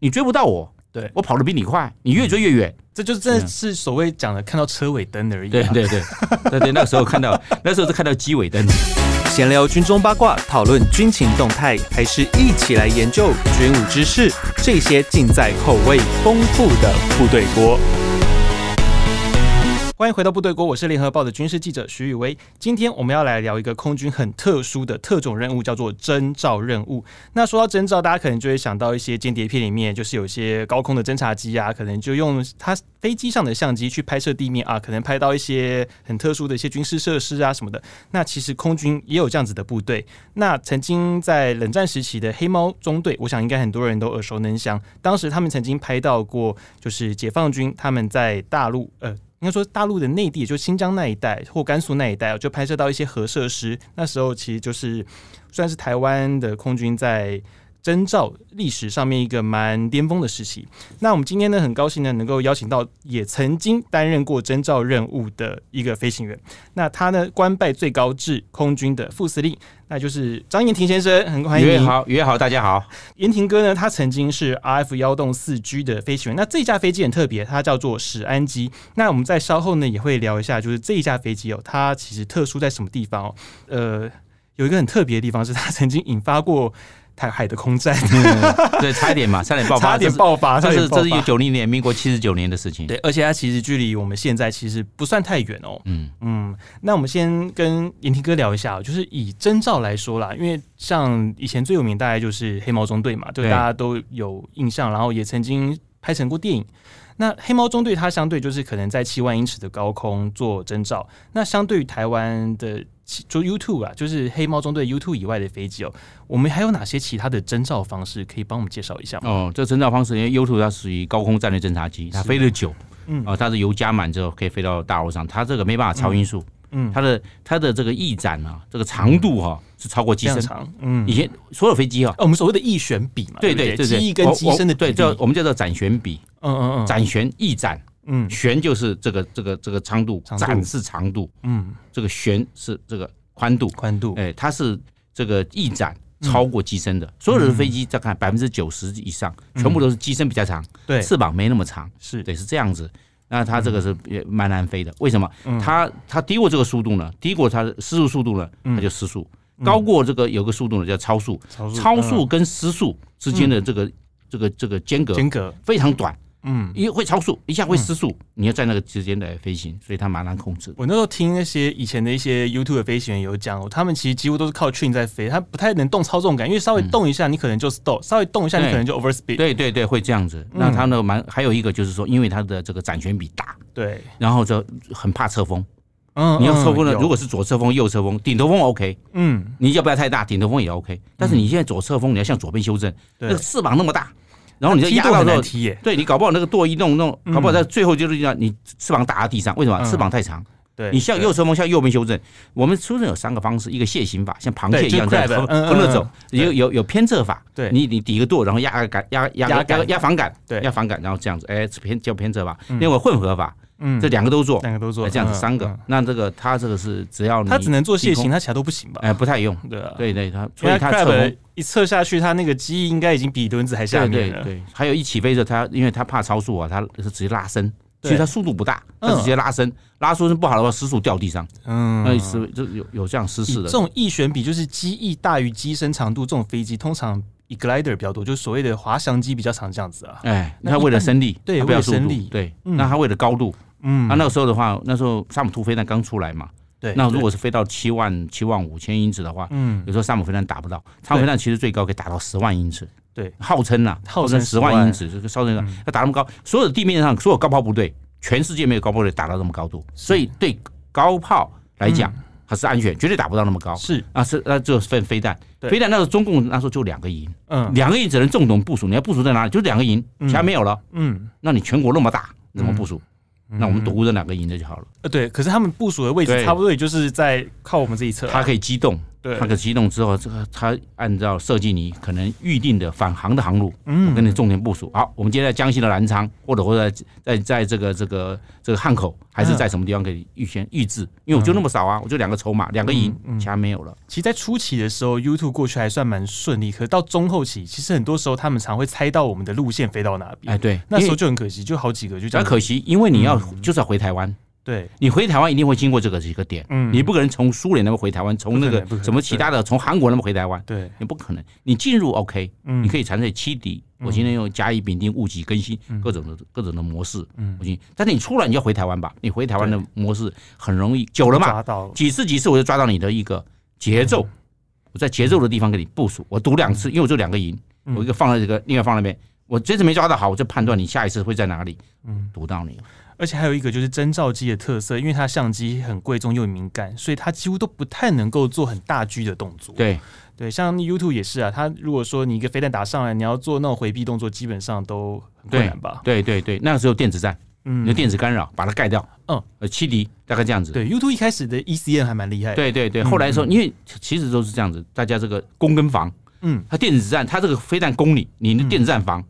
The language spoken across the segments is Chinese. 你追不到我，对我跑得比你快，你越追越远。这就是真的是所谓讲的看到车尾灯而已、啊。对对 对对对，那个时候看到，那时候是看到鸡尾灯。闲聊军中八卦，讨论军情动态，还是一起来研究军武知识？这些尽在口味丰富的部队锅。欢迎回到部队锅，我是联合报的军事记者徐宇威。今天我们要来聊一个空军很特殊的特种任务，叫做征召任务。那说到征召，大家可能就会想到一些间谍片里面，就是有一些高空的侦察机啊，可能就用它飞机上的相机去拍摄地面啊，可能拍到一些很特殊的一些军事设施啊什么的。那其实空军也有这样子的部队。那曾经在冷战时期的黑猫中队，我想应该很多人都耳熟能详。当时他们曾经拍到过，就是解放军他们在大陆呃。应该说大陆的内地，也就新疆那一带或甘肃那一带哦，就拍摄到一些核设施。那时候其实就是算是台湾的空军在征召历史上面一个蛮巅峰的时期。那我们今天呢，很高兴呢能够邀请到也曾经担任过征召任务的一个飞行员。那他呢官拜最高至空军的副司令，那就是张延廷先生，很欢迎约您。好约好，大家好。延廷哥呢，他曾经是 RF 幺洞四 G 的飞行员。那这架飞机很特别，它叫做史安机。那我们在稍后呢也会聊一下，就是这一架飞机哦，它其实特殊在什么地方哦？呃，有一个很特别的地方是，它曾经引发过台海的空战，对，差一点嘛，差点 爆发，差点爆发，这差是。这点是爆这是一九发。九零年，民国七十九年的事情。对，而且它其实距离我们现在其实不算太远哦。嗯，嗯，那我们先跟延廷哥聊一下哦，就是以征兆来说啦，因为像以前最有名大概就是黑猫中队嘛，对对大家都有印象，然后也曾经拍成过电影。那黑猫中队它相对就是可能在七万英尺的高空做征兆，那相对于台湾的其就 U two 啊，就是黑猫中队 U two 以外的飞机哦，我们还有哪些其他的征兆方式可以帮我们介绍一下吗？哦，这征兆方式，因为 U two 它属于高空战略侦察机，它飞得久，嗯啊、它的油加满之后可以飞到大陆上，它这个没办法超音速，嗯它的它的这个翼展啊，这个长度哈、是超过机这样身。长，嗯，以前所有飞机哈、哦我们所谓的翼旋比嘛，对对对对不对，机翼跟机身的我我对比例叫我们叫做展旋比，嗯嗯嗯，展旋翼展，嗯旋就是这个这个这个长度，长度展是长度，嗯这个旋是这个宽度，宽度，哎，它是这个翼展嗯超过机身的，所有的飞机再看百分之九十以上，全部都是机身比较长，嗯对，翅膀没那么长，是对，是这样子。那它这个是也蛮难飞的，为什么？嗯它它低过这个速度呢，低过它的失速速度呢，它就失速；高过这个有个速度呢叫超速，嗯超速嗯超速跟失速之间的这个这个这个间隔间隔，非常短，嗯。一会超速，一下会失速，你要在那个之间来飞行，所以它蛮难控制的。我那时候听那些以前的一些 YouTube 的飞行员有讲哦，他们其实几乎都是靠 train 在飞，他不太能动操纵感，因为稍微动一下你可能就 stop，稍微动一下你对可能就嗯 overspeed。对对对，会这样子。嗯那它呢，蛮还有一个就是说，因为它的这个展旋比大，对，然后就很怕侧风。嗯你要侧风呢，嗯有如果是左侧风、右侧风，顶头风 OK，嗯，你要不要太大，顶头风也 OK。但是你现在左侧风，你要向左边修正，那个翅膀那么大，然后你再踢压都到很难后，踢耶，对你搞不好那个舵一弄弄，搞不好在最后就是让你翅膀打到地上，为什么？嗯翅膀太长。对，你向对右侧风向右边修正。我们修正有三个方式，一个蟹行法，像螃对蟹一样就在是 crab，横嗯嗯横着走嗯；有有有偏侧法，对你你抵个舵，然后压杆压压压压杆压压反杆，对压反杆，然后这样子，哎，偏叫偏侧法。另外混合法，嗯这两个都做，两个都做哎这样子嗯三个嗯。那这个它这个是只要你他只能做蟹提行，供，他其他都不行吧？哎，不太用。对啊，对对，它所因以为它他侧风 crab。一侧下去，他那个机翼应该已经比轮子还下对对面了。对，还有一起飞的时候，它因为它怕超速啊，它是直接拉升，对所以它速度不大，它嗯直接拉升，拉出是不好的话，失速掉地上，嗯，那是就有有这样失以事的这。种翼旋比就是机翼大于机身长度，这种飞机通常以 glider 比较多，就是所谓的滑翔机比较常这样子啊。哎，那他一为了般升力，对他不为了要速升度力，对，嗯那他为了高度，嗯啊，那个时候的话，那时候萨姆兔飞弹刚出来嘛，对，那如对果是飞到七万七万五千英尺的话，嗯有时候萨姆飞弹打不到，萨姆对飞弹其实最高可以打到十万英尺，对，号称呐，号号称称十10万嗯万英尺，这个号称要打那么高，所有的地面上所有高炮部队，全世界没有高炮部队打到这么高度，所以对高炮来讲，它是安全，绝对打不到那么高。嗯是啊，是那就是飞飞弹，对飞弹那时候中共那时候就两个营，嗯两个营只能重点部署，你要部署在哪里？就两个营，其他没有了。嗯那你全国那么大，你怎么部署？那我们独孤这两个赢的就好了，呃对，可是他们部署的位置对差不多也就是在靠我们这一侧啊，它可以机动，对它，可启动之后，这个它按照设计你可能预定的返航的航路，嗯我跟你重点部署。好，我们接在江西的南昌，或者或者在在在这个这个这个汉口，还是在什么地方可以预嗯先预置？因为我就那么少啊，我就两个筹码，两个赢，其他没有了。其实，在初期的时候，YouTube 过去还算蛮顺利，可到中后期，其实很多时候他们常会猜到我们的路线飞到哪边，哎，对，那时嗯因候为就很可惜，就好几个就这比较样。可惜，因为你要就是要回台湾，对，你回台湾一定会经过这个几个点，嗯你不可能从苏联那边回台湾，从那不可能不可个能什么其他的从韩国那边回台湾，对，也不可能。你进入 OK，嗯你可以产生七敌，我今天用甲乙丙丁戊己更新各种的各种的模式，嗯我进。但是你出来你就回台湾吧，你回台湾的模式很容易，久了嘛，抓到了，几次几次我就抓到你的一个节奏，我在节奏的地方给你部署，我读两次，因为我就两个赢，嗯我一个放在这个，另外放那边。我这次没抓到好，我就判断你下一次会在哪里嗯，读到你了。而且还有一个就是征兆机的特色，因为它相机很贵重又敏感，所以它几乎都不太能够做很大狙的动作。对，对，像 YouTube 也是啊，它如果说你一个飞弹打上来，你要做那种回避动作，基本上都很困难吧？对对对，那个时候电子战，你嗯的，电子干扰把它盖掉，嗯，呃，欺敌大概这样子。对，YouTube 嗯一开始的 ECN 还蛮厉害的。对对对，后来说，因为其实都是这样子，大家这个攻跟防，嗯，它电子战，它这个飞弹攻你，你的电子战防，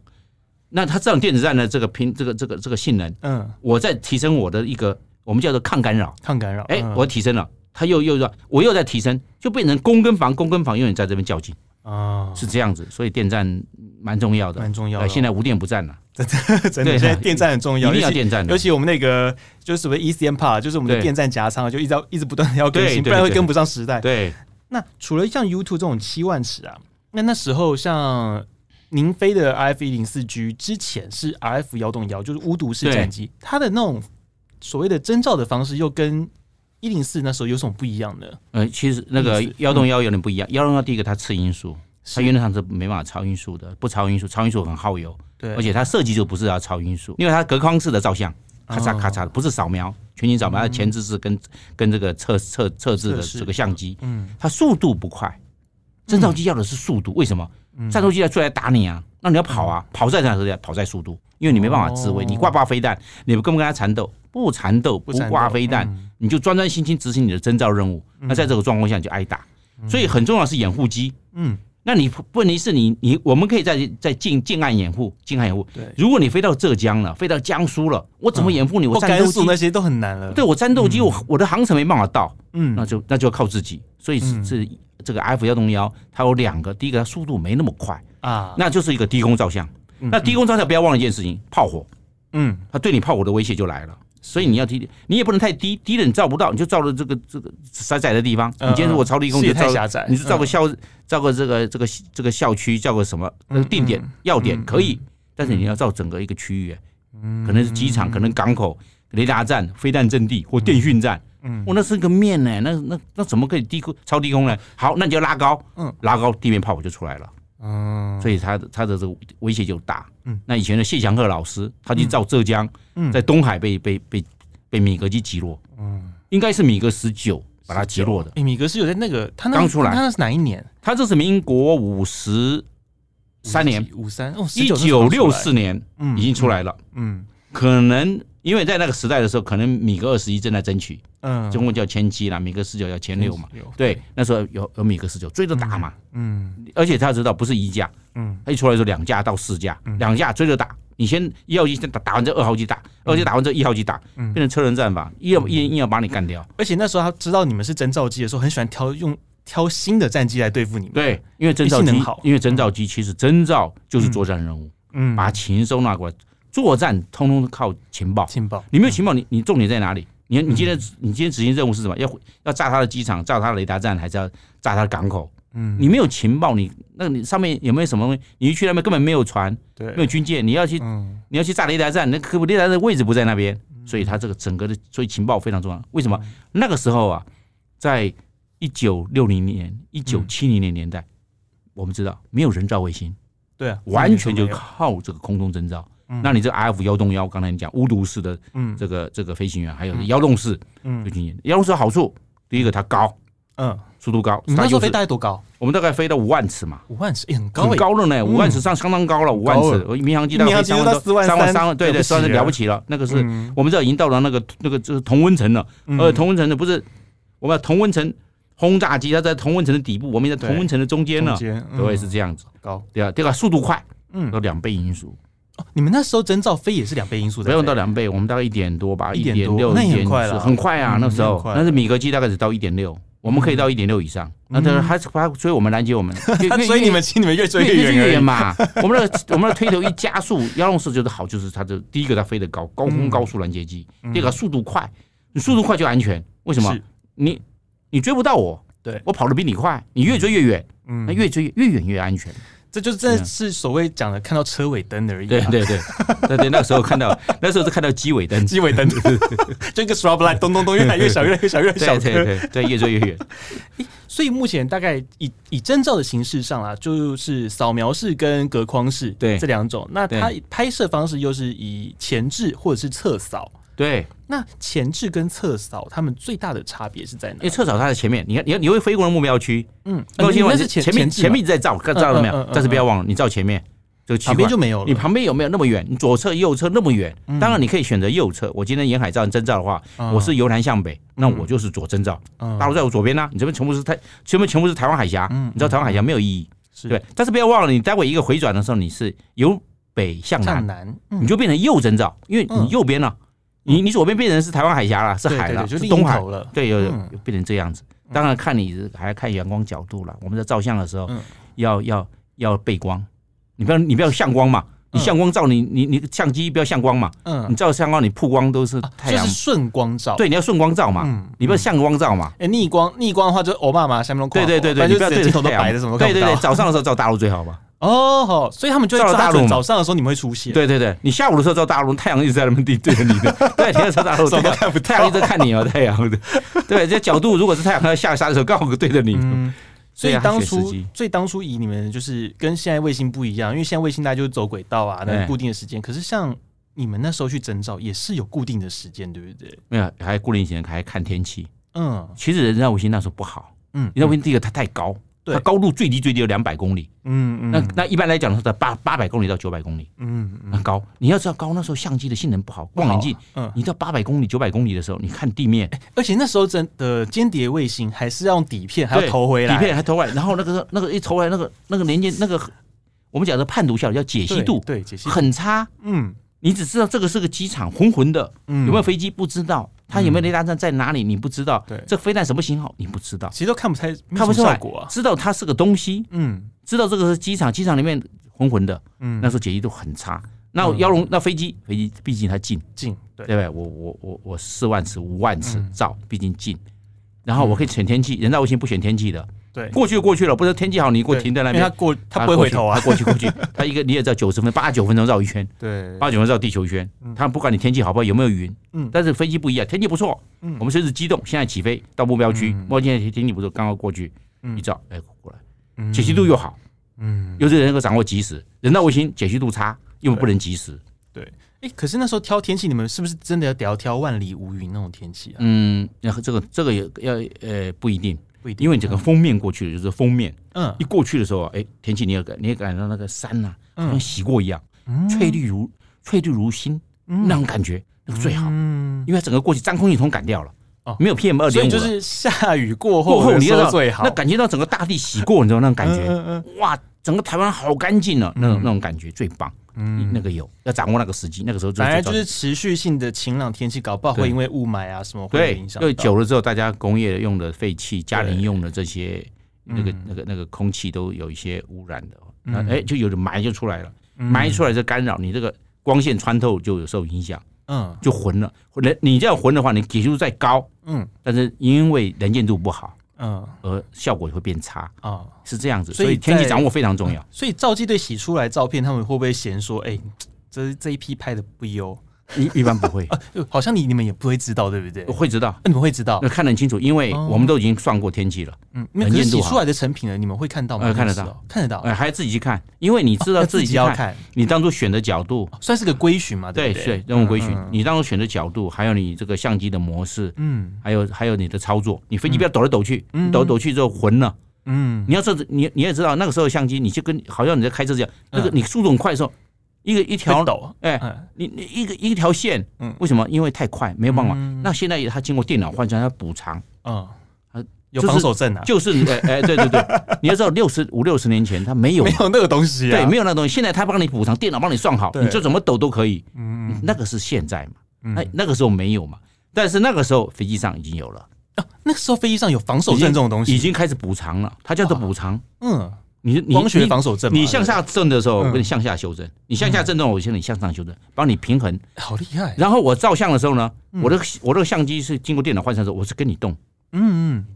那它这样电子战的这个拼这个这个这个性能，嗯，我在提升我的一个我们叫做抗干扰，抗干扰。哎，嗯我提升了，它又又让我又在提升，就变成攻跟防，攻跟防永远在这边较劲，啊，是这样子，所以电战蛮重要的蛮。重要的。呃，现在无电不战了，真的，对现在电站很重一要，定尤要其电战尤的。其我们那个就是所谓 E ECM part，就是我们的对电站夹仓，就一直要一直不断的要更对新，不对然会对跟不上时代。对，那除了像 YouTube 这种七万尺啊，那那时候像您飞的 RF 一零四 G 之前是 RF 幺洞幺，就是巫毒式战机，它的那种所谓的征兆的方式又跟一零四那时候有什么不一样呢？呃，其实那个意思幺洞幺有点不一样，幺洞幺第一个它次音速，它是原则上是没办法超音速的，不超音速，超音速很耗油，对，而且它设计就不是要超音速，因为它隔框式的照相，哦咔嚓咔嚓的，不是扫描，全景扫描，它前置是跟跟这个侧侧侧置的测试这个相机，嗯它速度不快，战斗机要的是速度，为什么？嗯战斗机要出来打你啊，那你要跑啊，跑在哪里？跑在速度，因为你没办法自卫，哦你挂不挂飞弹，你跟不跟他缠斗？不缠斗，不不缠斗挂飞弹，你就专专心心执行你的征召任务。那在这个状况下你就挨打，所以很重要的是掩护机。嗯，那你问题是你你我们可以在在近近岸掩护，近岸掩护。对，如果你飞到浙江了，飞到江苏了，我怎么掩护你？或我战甘斗机肃那些都很难了。对，我战斗机，我我的航程没办法到，嗯那就那就要靠自己。所以是是这个 F 幺零幺，它有两个，第一个它速度没那么快，啊，那就是一个低空照相。那低空照相不要忘了一件事情，炮火，嗯它对你炮火的威胁就来了。所以你要低，你也不能太低，低的你照不到，你就照着这个这个窄窄的地方。你今天如果朝低空，嗯视你野就太照狭窄，你就照个嗯校，照个这个这个这个校区，照个什么呃定点嗯要点嗯可以，但是你要照整个一个区域，可能是机场，可能港口、雷达站、飞弹阵地或电讯站。嗯我那是个面呢，那那那怎么可以低空超低空呢？好，那你就拉高，嗯拉高地面炮火就出来了，嗯，所以它的它的这个威胁就大。嗯，那以前的谢祥鹤老师，他去照浙江，嗯在东海被被被被米格机击落，嗯，应该是米格十九把他击落的。诶米格是有在那个他那刚出来他那是哪一年？他这是民国五十三年，五三哦，一19九六四，年嗯已经出来了。嗯可能因为在那个时代的时候，可能米格二十一正在争取，嗯，中文叫前七啦，米格十九叫前六嘛。有，对，那时候有有米格十九追着打嘛，嗯而且他知道不是一架，嗯他一出来就两架到四架，两架追着打。你先一号机先打打完之后，二号机打，二嗯号机打完之后一号机打，变成车轮战法，硬要硬硬要把你干掉。而且那时候他知道你们是征兆机的时候，很喜欢挑用挑新的战机来对付你们。，对，因为征兆哎性机能好，因为征兆机其实征兆就是作战任务，嗯，把情收纳过来，作战通通靠情报。劲爆，你没有情报，你你重点在哪里？你嗯你今天你今天执行任务是什么？要要炸他的机场，炸他的雷达站，还是要炸他的港口？嗯，你没有情报，你那你上面有没有什么东西？你一去那边根本没有船，没有对，军舰，你要去嗯你要去炸雷达站，那可不雷达站的位置不在那边，所以他这个整个的，所以情报非常重要。为什么嗯那个时候啊，在一九六零嗯年、一九七零年年代，我们知道没有人造卫星。对啊，完全就没有靠这个空中征兆嗯。那你这 F 幺洞幺，刚才你讲巫毒式的嗯这个这个飞行员，还有幺洞式嗯飞行员，幺洞式有好处，第一个它高，嗯，速度高，你们那时它候就飞是大概多高？我们大概飞到五万尺嘛，五万尺，诶很高很诶，高了呢，嗯五万尺上相当高了，五万高尺了，我民航机大概民航飞三机都万到4万多，三万三三万，对了不对，起算是了了不起了，那个是嗯我们知道已经到了那个那个就是同温层了，嗯呃，同温层的不是我们同温层，轰炸机，它在同温层的底部，我们在同温层的中间呢啊中，间都会嗯是这样子。高，对啊，第二个速度快，嗯都，两倍音速，哦你们那时候征兆飞也是两倍音速不在飞，用到两倍，我们大概一点多吧， 1.6点六，那也一很点快了很快啊嗯，那时很候快，嗯但是米格机大概只到一点六，我们可以到一点六以上，那它还是它追我们拦截我 们，因为所以你们请你们越嗯追越远而已越远嘛。 我们的我们的推头一加速，幺洞四就是好，就是它的第一个它飞得高，高空高速拦截机；第二个速度快，你速度快就安全。为什么嗯是？你你追不到我，对我跑得比你快，你越追越远，嗯那越追越远越安全。这就是真的是所谓讲的看到车尾灯而已、啊，对对对对对，那个时候看到那时候是看到机尾灯，机尾 灯，就一个 strobe light，咚咚咚，越来越小，越来越小，越来越小对对对对，越追越远。所以目前大概以以征兆的形式上啦，就是扫描式跟隔框式对这两种。那对它拍摄方式又是以前置或者是侧扫。对，那前置跟侧扫，它们最大的差别是在哪因为？侧草它在前面，你看，你看，你会飞过目标区，嗯，目标你区们往那是前前面置嘛前面一直在照，看照了没嗯嗯嗯有嗯？但是不要忘了，你照前面这个区旁边块就。没有你了。旁边有没有那么远？你左侧、右侧那么远？当然你可以选择右侧。我今天沿海照征照的话，嗯我是由南向北，那我就是左征照。嗯大陆在我左边啊呢，你这边全部是台，全部全部是台湾海峡。嗯你知道台湾海峡没有意义，是对。但是不要忘了，你待会一个回转的时候，你是由北向向南，南，你嗯，就变成右征照，因为嗯你右边呢，你你左边变成是台湾海峡了，是对海对了，对，就是另一东海。头了。对，有有嗯有变成这样子。当然看你还要看阳光角度了。我们在照相的时候嗯，要要要背光，你不要你不要向光嘛，你嗯向光照你你你相机不要向光嘛，你嗯，照向光你曝光都是啊太就阳是，顺光照。，对，你要顺光照嘛，嗯，你不要向光照嘛。哎，逆光逆光的话，就是欧巴马下面都对对对对，反你正不就要是对着整镜头都太阳白的，什么都看对对不到对，早上的时候照大陆最好嘛。哦，好，所以他们就会照了抓大陆准嘛早上的时候你们会出现。对对对，你下午的时候照大陆，太阳一直在那边对对着你的，对，你要照大陆，什么都对啊看不太阳一直看你哦，太阳的，对，这角度如果是太阳要下山的时候，刚好对着你。嗯，所以对啊当学司初机，所以当初以你们就是跟现在卫星不一样，因为现在卫星大家就是走轨道啊，那对固定的时间。可是像你们那时候去征兆也是有固定的时间，对不对？没有，还固定以前还看天气。嗯其实人造卫星那时候不好，嗯人造卫星第一个它太高，对它高度最低最低有两百公里，嗯嗯那那一般来讲是在八八百公里到九百公里，嗯嗯很高。你要知道高，那时候相机的性能不好，望远镜，嗯，你到八百公里、九百公里的时候，你看地面，而且那时候真的间谍卫星还是要用底片， 还要对投回来，底片还投来，然后那个那个一投来，那个那个连接那个，我们讲的判读效率叫解析度对对解析度，很差，嗯你只知道这个是个机场，浑浑的，嗯有没有？飞机不知道，它有没有雷达站在哪里你不知道，对这飞弹什么型号你不知道，其实都看不太看不出出效来果啊，。知道它是个东西，嗯知道这个是机场，机场里面浑浑的，嗯，那时候解析度很差。那幺龙那飞机，飞机毕竟它近，近对对不对？我我我我四万尺、五万尺嗯照，毕竟近。然后我可以选天气，人造卫星不选天气的，对，过去就过去了，不是天气好你给我对停在那因为边他，过他不会回头啊，它过去它 过去过去，它一个你也知道九十分八九分钟绕一圈，对八九分钟绕地球一圈，它不管你天气好不好，有没有云嗯，但是飞机不一样，天气不错，嗯我们随时机动，现在起飞到目标区嗯，目标区天气不错，刚刚过去嗯一照，哎过来，嗯解析度又好。嗯。又是人能够掌握及时，人造卫星解析度差，因为不能及时。哎、可是那时候挑天气，你们是不是真的要得要挑万里无云那种天气啊？嗯，然后这个这个也要呃不一定，不一定，因为整个封面过去就是封面，嗯一过去的时候，哎，天气你也感你也感到那个山呐、嗯好像洗过一样，翠绿如翠绿如新、那种感觉，那个最好，嗯，因为它整个过去脏空气统赶掉了，哦没有 PM 二所点五，啊以就是下雨过后过后你就的时知候道最好，啊那感觉到整个大地洗过，你知道那种感觉，嗯嗯哇，整个台湾好干净了，那种嗯那种感觉最棒，嗯那个有要掌握那个时机，那个时候最反最而就重要是持续性的晴朗天气，搞不好会对因为雾霾啊什么会对，影响因为到久了之后，大家工业用的废气、家对庭用的这些那个、嗯那个那个空气都有一些污染的哦，那嗯哎、就有的霾就出来了，霾出来就干扰你这个光线穿透就有受影响，嗯就混了。人你这样混的话，你解析度再高，嗯但是因为能见度不好，嗯而效果会变差，啊，是这样子。所以所以天气在掌握非常重要。所以照机队洗出来照片，他们会不会嫌说，哎、这这一批拍的不优？一一般不会呃好像你你们也不会知道，对不对？ 会知道，那你们会知道那，看得很清楚，因为哦我们都已经算过天气了，嗯，没有可是能见度洗好出来的成品呢，你们会看到吗？呃看得那时候到，看得到，哎，还自己去看，因为你知哦要道自自己己去要看，看，哦你当初选的角度，算是个规矩嘛，对不对？对，任务规循嗯，你当中选的角度，还有你这个相机的模式，嗯还有还有你的操作，你飞机不要抖来抖去，嗯抖来抖去之后混了。嗯，你要这你你也知道，那个时候相机你就跟好像你在开车这样，那个嗯你速度很快的时候，一个一条会，抖，哎，嗯你你一个一条线嗯，为什么？因为太快，没有办法嗯。那现在它经过电脑换算，它补偿，嗯，有呃就是防守阵啊， 就是哎哎对对对，你要知道六十五六十年前他没有没有那个东西啊。对，没有那东西，现在他帮你补偿，电脑帮你算好，对你就怎么抖都可以。嗯，那个是现在嘛，嗯那、那个时候没有嘛，但是那个时候飞机上已经有了，哦那个时候飞机上有防守阵这种东已西，经开始补偿了，它叫做补偿。嗯，你你光学你防守阵嘛，你向下正的时候，嗯我跟你向下修正；你向下正的时候，我先你向上修正，帮你平衡。对哎好厉害，啊然后我照相的时候呢，嗯我的我这个相机是经过电脑换算的时候，我是跟你动，嗯嗯，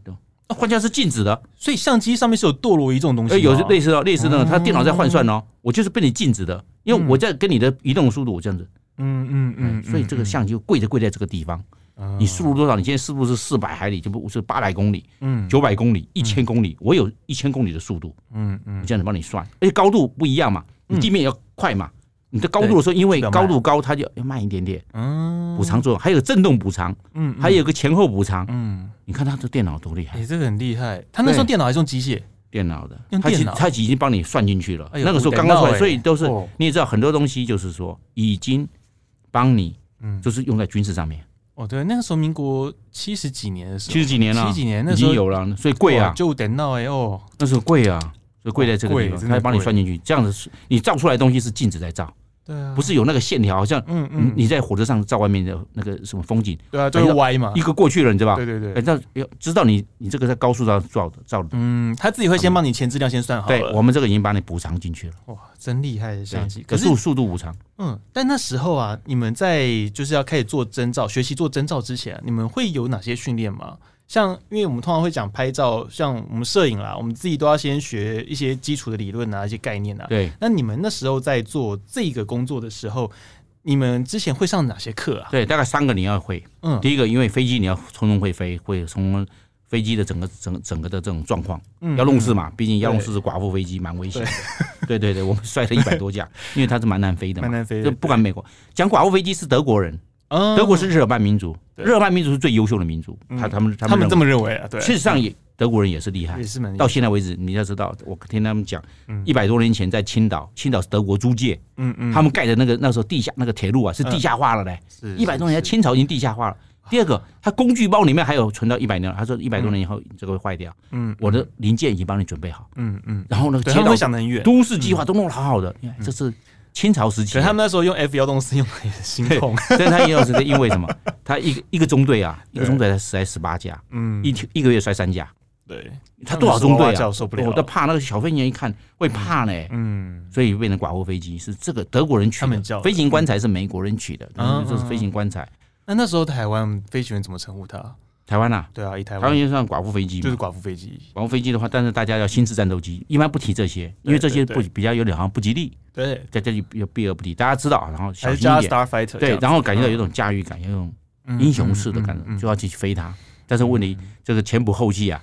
那换算是静止的，所以相机上面是有堕落仪这种东西呃，吗，有类似的类似的，它电脑在换算嗯哦，我就是被你静止的，因为我在跟你的移动速度，我这样子，嗯，嗯嗯嗯，所以这个相机就跪着跪在这个地方。嗯你速度多少？你现在速度是四百海里，就不是八百公里、嗯九百公里、一千公里，我有一千公里的速度，嗯嗯我这样子帮你算，而且高度不一样嘛，你地面要快嘛。你的高度的时候，因为速度要慢高度高，它就要慢一点点嗯补偿作用，还有震动补偿，嗯嗯还有个前后补偿。嗯，你看它的电脑多厉害哎，，这个很厉害，他那时候对电脑还是用机械，电脑的用，它其电实脑它已经帮你算进去了。哎呦那个时候古刚典刚出到来，哎所以都是哦你也知道很多东西，就是说已经帮你嗯，就是用在军事上面，哦对，那个时候民国七十几年的时候，七十几年了，七几年那已时候经有了，所以贵啊哇，就点闹哎哦，那时候贵啊，所以贵在这个地贵方，真他的还帮你贵算进去。这样子是，你照出来的东西是静止在照，对啊，不，是有那个线条，好像嗯你嗯，你在火车上照外面的那个什么风景，对啊，就会歪嘛哎一，个过去了，你知道吧对？对对哎，，那要知道你你这个在高速上照的照的，嗯，他自己会先帮你前质量先算好对了，我们这个已经把你补偿进去了，哇，真厉害的相机，对，可可是速速度补偿。嗯，但那时候啊，你们在就是要开始做征兆、学习做征兆之前、啊你们会有哪些训练吗？像，因为我们通常会讲拍照，像我们摄影啦，我们自己都要先学一些基础的理论啊，一些概念啊。对那你们那时候在做这个工作的时候，你们之前会上哪些课啊？对，大概三个你要会。嗯第一个，因为飞机你要从容会飞，会从飞机的整个整整个的这种状况，嗯遥控式嘛，毕竟遥控式是寡妇飞机，蛮危险的。 对对对，我们摔了一百多 架，因为它是蛮难飞的嘛慢。慢飞就，不管美国，讲寡妇飞机是德国人，嗯德国是日耳曼民族，对日耳曼民族是最优秀的民族，他嗯他们他们这么，么认为啊，对，事实上也德国人也是厉害也。是蛮到现在为止，你要知道，我听他们讲嗯，一百多年前在青岛，青岛是德国租界，嗯嗯，他们盖的那个那时候地下那个铁路啊是嗯地下化了嘞，们一百多年前清朝已经地下化了。第二个，他工具包里面还有存到一百年，他说一百多年以后这个会坏掉，嗯我的零件已经帮你准备好，嗯嗯，然后那个对，街他们道会想得很远，都市计划都弄得好好的，你看这是清朝时期可的，是他们那时候用 F 幺洞四用的也很心痛，但他也有是因为 什么？他一个一个中队啊，一个中队才摔十八架，嗯，一天一个月摔三架，对，他多少中队啊？受不了，我都怕那个小飞行员一看会怕呢，嗯，所以变成寡妇飞机是这个德国人取他们叫的，飞行棺材是美国人取的，嗯这是飞行棺材。那那时候台湾飞行员怎么称呼他？台湾啊，对啊，以台台湾湾也算寡妇飞机就是嘛。寡妇飞机，寡妇飞机的话，但是大家要新式战斗机，一般不提这些，因为这些对不对比较有点好像不吉利，对，在这里避避而不提。大家知道，然后还小是心叫一他点， Starfighter，对，然后感觉到有种种驾驭感，有种嗯英雄式的感觉，就要去飞它。但是问题，这个前仆后继啊，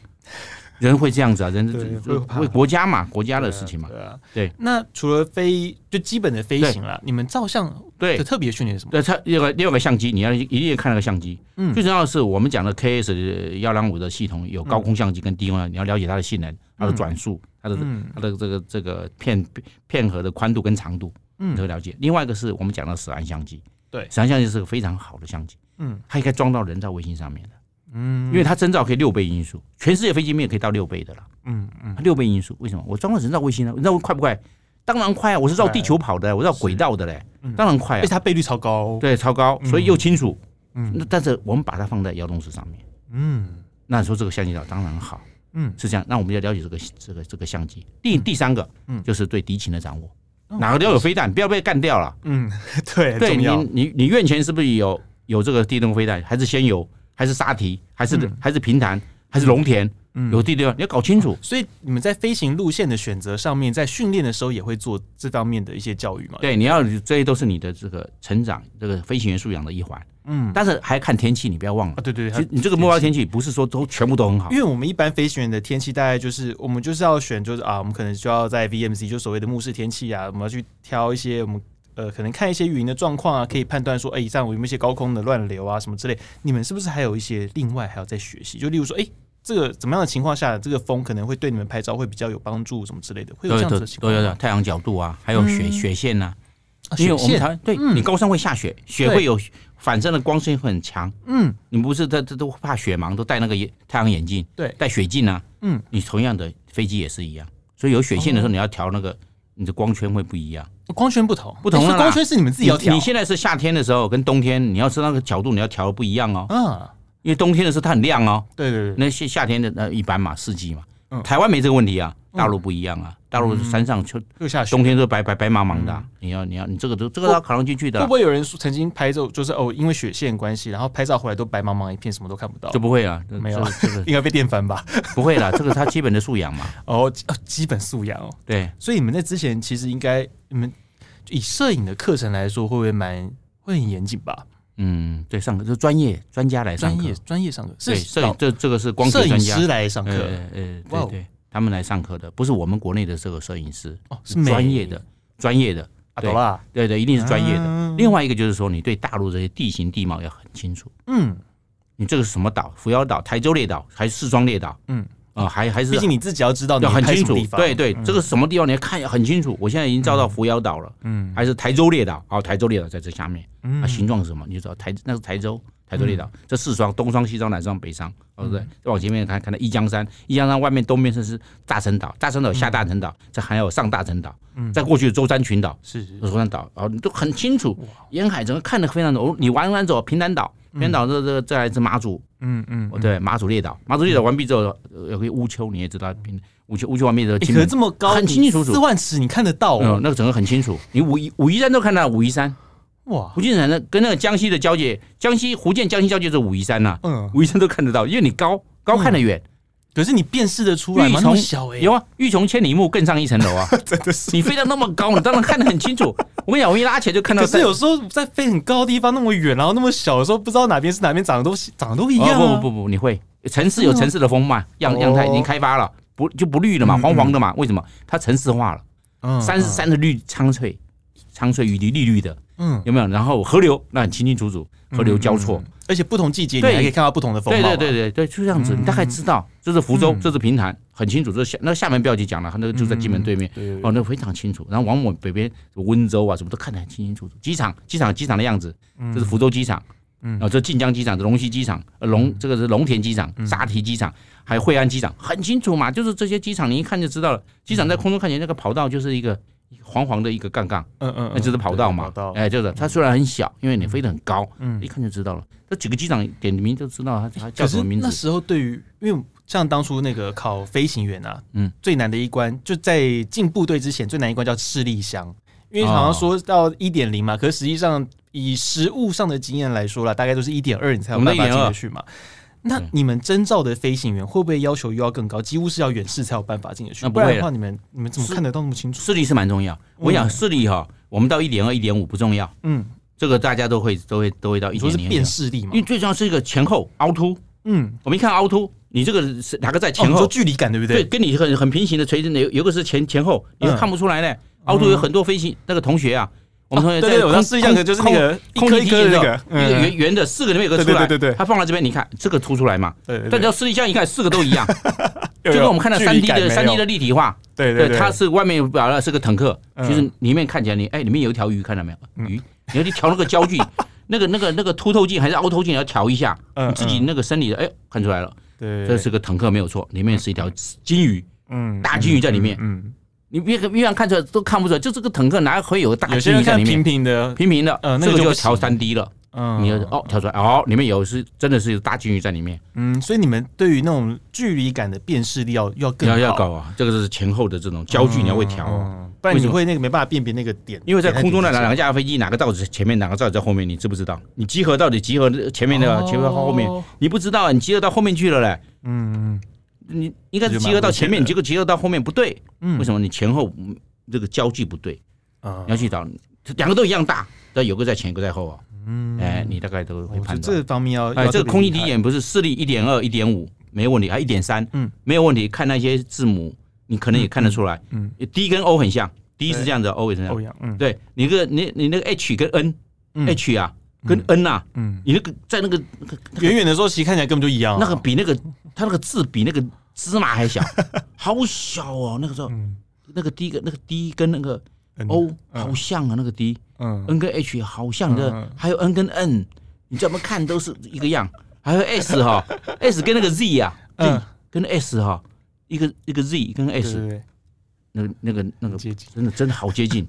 人会这样子啊，人对这会怕为国家嘛，国家的事情嘛，对啊，对。那除了飞，就基本的飞行啦，你们照相对的。特别训练是什么？那它另外另外一个相机，你要一定要看那个相机。嗯最重要的是我们讲的 KS 幺两五的系统有高空相机跟低空相机，你要了解它的性能、它的转速、它的嗯它的这个这个片片盒的宽度跟长度，嗯你都了解。另外一个是我们讲的死安相机，对死安相机是个非常好的相机，嗯它应该装到人造卫星上面的，嗯因为它征兆可以六倍音速，全世界飞机面可以到六倍的了。嗯嗯，六倍音速，为什么？我装了人造卫星啊，人造卫星快不快？当然快啊！我是绕地球跑的，我绕轨道的嘞嗯，当然快而啊且！它倍率超高，对，超高，所以又清楚。嗯那但是我们把它放在遥控室上面，嗯那你说这个相机照当然好，嗯是这样。那我们要了解这个这个这个相机。第第三个，嗯就是对敌情的掌握，哦哪个都有飞弹，不要被干掉了。嗯，对，对重你要，你你院前是不是有有这个地动飞弹？还是先有？还是沙堤？还是、还是平潭？还是农田？嗯有地动，你要搞清楚。所以你们在飞行路线的选择上面，在训练的时候也会做这方面的一些教育嘛？，对，你要这些都是你的这个成长，这个飞行员素养的一环。嗯但是还看天气，你不要忘啊，了，对对，其它实你这个目标天气不是说都全部都很好因。为我们一般飞行员的天气大概就是，我们就是要选，就是啊，我们可能就要在 VMC，就所谓的目视天气啊，我们要去挑一些我们呃，可能看一些云的状况啊，可以判断说，哎、以上有没有一些高空的乱流啊什么之类。你们是不是还有一些另外还要在学习？就例如说，哎、这个怎么样的情况下，这个风可能会对你们拍照会比较有帮助，什么之类的，会有都有这样都子的情况有吗。嗯有太阳角度啊，还有雪雪线呐，因为我们雪线嗯台湾对你高山会下雪，雪对会有反射的光线会很强，嗯，你不是这这都怕雪盲，都戴那个眼太阳眼镜，对戴雪镜啊，嗯，哦你同样的飞机也是一样，所以有雪线的时候你要调那个。你的光圈会不一样，光圈不同，不同诶了所啦以光圈是你们自己要你调你。现在是夏天的时候，跟冬天你要知道那个角度，你要调的不一样哦。嗯，因为冬天的时候它很亮哦，对对对，那夏夏天的呃一般嘛，四季嘛嗯。台湾没这个问题啊，大陆不一样啊，大陆山上就又下雪。冬天都白白白茫茫的啊，你要你要你这个都这个都要考量进去的啊会啦嗯不，会有人说曾经拍照就是哦，因为雪线关系，然后拍照回来都白茫茫一片，什么都看不到就，不会啊，这没有这这 个应该被电翻吧？不会啦，这个他基本的素养嘛， 哦，基呃基本素养哦。对。所以你们在之前其实应该，你们以摄影的课程来说，会不会蛮会很严谨吧？嗯，对，上课就专业专家来上专课业，专业上课，对，是摄导影这这个是光学摄影专家，师来上呃课呃，对哇哦对，他们来上课的，不是我们国内的这个摄影师，哦，是是美专业的，专业的，啊，对懂啦，对对，一定是专业的嗯。另外一个就是说，你对大陆这些地形地貌要很清楚，嗯，你这个是什么岛？扶摇岛、台州列岛还是四川列岛？嗯嗯，啊，还还是毕竟你自己要知道你要很拍清什楚么地，方，嗯对对，这个是什么地方你要看很清楚。我现在已经照到扶摇岛了，嗯，还是台州列岛，哦，台州列岛在这下面，嗯啊，形状是什么？你就知道台那是台州。台州列岛，这四双，东双、西双、南双、北双，哦对不对？嗯再往前面看，看到一江山，一江山外面东面是是大陈岛，大陈岛有下大陈岛，嗯这还有上大陈岛，再过去舟山群岛，是是舟山岛，哦，你都很清楚，沿海整个看得非常懂。你往南走，平潭岛，平潭岛这这再来是马祖，嗯嗯。哦对，马祖列岛，马祖列岛完毕之后，呃有个乌丘，你也知道，平乌丘乌丘完毕之后，欸、金可是门这么高，很清清楚楚四万尺你看得到嗯哦，，那个整个很清楚。你武夷武夷山都看到武夷山，哇，福建省的跟那个江西的交界，江西福建江西交界是武夷山呐、嗯，武夷山都看得到，因为你高高看得远。可是你辨识得出来欲吗？那么穷小哎、有啊，欲穷千里目，更上一层楼 啊！真的是。你飞到那么高，你当然看得很清楚。我跟你讲，我一拉起来就看到 可在。是有时候在飞很高的地方那么远，然后那么小的时候，不知道哪边是哪边，长得都长得都一样、啊哦、不不不不，你会城市有城市的风貌哦样样态已经开发了，不就不绿了嘛，黄黄的嘛？为什么？它城市化了，嗯山是山的绿苍翠，苍翠与绿绿绿的，嗯，有没有？然后河流那很清清楚楚，河流交错。而且不同季节你对还可以看到不同的风对貌、对对对对，对，就这样子，你大概知道这是福州，这是平潭，很清楚。这是厦那厦门不要去讲了，它那个就在金门对面，哦，那非常清楚。然后往我北边温州啊什么都看得很清清楚楚。机场，机场，机场的样子，这是福州机场，嗯，后这晋江机场，这龙溪机场，呃龙这个是龙田机场、沙堤机场，还有惠安机场，很清楚嘛。就是这些机场，你一看就知道了。机场在空中看起来那个跑道就是一个黄黄的一个杠杠，嗯 嗯，那就是跑道对嘛跑道，嗯哎，就是它虽然很小，因为你飞得很高，嗯，一看就知道了。这几个机长点名就知道它它叫可什是么名那字。时候对于，因为像当初那个考飞行员啊，嗯嗯，最难的一关就在进部队之前最难一关叫视力箱，因为好像哦说到一点零嘛，可是实际上以实物上的经验来说啦，大概都是一点二你才有我们办法进1.2得去嘛。那嗯你们征召的飞行员会不会要求又要更高？几乎是要远视才有办法进得去，那不不会然的话，你们你们怎么看得到那么清楚？视力是蛮重要，我讲视力哈，我们到一点二、一点五不重要，嗯，这个大家都会都会都会到一你说点是零，啊辨识力嘛因为？最重要是一个前后凹凸。嗯，我们一看凹凸，你这个是哪个在哦前你说后？距离感对不对，对？跟你很很平行的垂直的，有有个是前前后，你嗯看不出来呢。凹凸有很多飞行那个同学啊，我们同学哦对在对，我要空试一下，可就是那个一空颗空一气颗机的那的个，时候一个嗯圆圆的四个里面有个出对来，对对对它放在这边，你看这个凸出来嘛，对对但只要私底下一看，四个都一 样，有就跟我们看到距三离 D 感的没三 D 有的立体化，对对，对，它是外面表达是个坦克，嗯其实里面看起来你哎，里面有一条鱼，看到没有？鱼，你要去调那个焦 距，那个那个那个凸透镜还是凹透镜，你要调一下，嗯你自己那个生理的哎看出来了，对，这是个坦克没有错，里面是一条金鱼，嗯大金鱼在里面，嗯，你越越看看出来都看不出来，就这个坦克哪会有个大有金些人鱼在看里面平？平的，平平的，呃那这个个就就不要行调三 D 了，嗯，你要哦调出来哦，里面有是真的是有大金鱼在里面，嗯，所以你们对于那种距离感的辨识力要要更要要好搞啊，这个是前后的这种焦距你要会调哦。嗯不然你会那个没办法辨别那个点，因为在空中的点哪在两底架飞机，哪个罩子前面，哪个罩子在后面，你知不知道？你集合到底集合前面的，哦集合到后面，你不知道，你集合到后面去了嘞。下，嗯你应该是集合到前面，这结果集合到后面不对，嗯为什么？你前后嗯这个交际不对，嗯你要去找两个都一样大，但有个在前，有个在后啊。哎，你大概都会我觉判断得嗯哦这。方面要哎，这个空气敌敌眼不是视力一点二、一点五没问题，还一点三，嗯嗯，没有问题。看那些字母，你可能也看得出来，嗯嗯，D 跟 O 很像，D 是这样子，O 也是这样欧。阳，嗯对你个你你那个 H 跟 N、嗯 H 啊跟 N 啊，嗯，你那个在那个远远的时候其实看起来根本就一样啊，那个比那个它那个字比那个芝麻 还小，好嗯小哦。那个时候、那个 D 跟那个 D 跟那个 O 好像啊，那个 D 嗯， N 跟 H 好像的，嗯还有 N 跟 N，你怎么看都是一个样。还有 S 哈，S 跟那个 Z 啊，嗯 Z 跟 S 哈，一个一个 Z 跟对 S，对对，那个那个那个接近，真的真的好接近。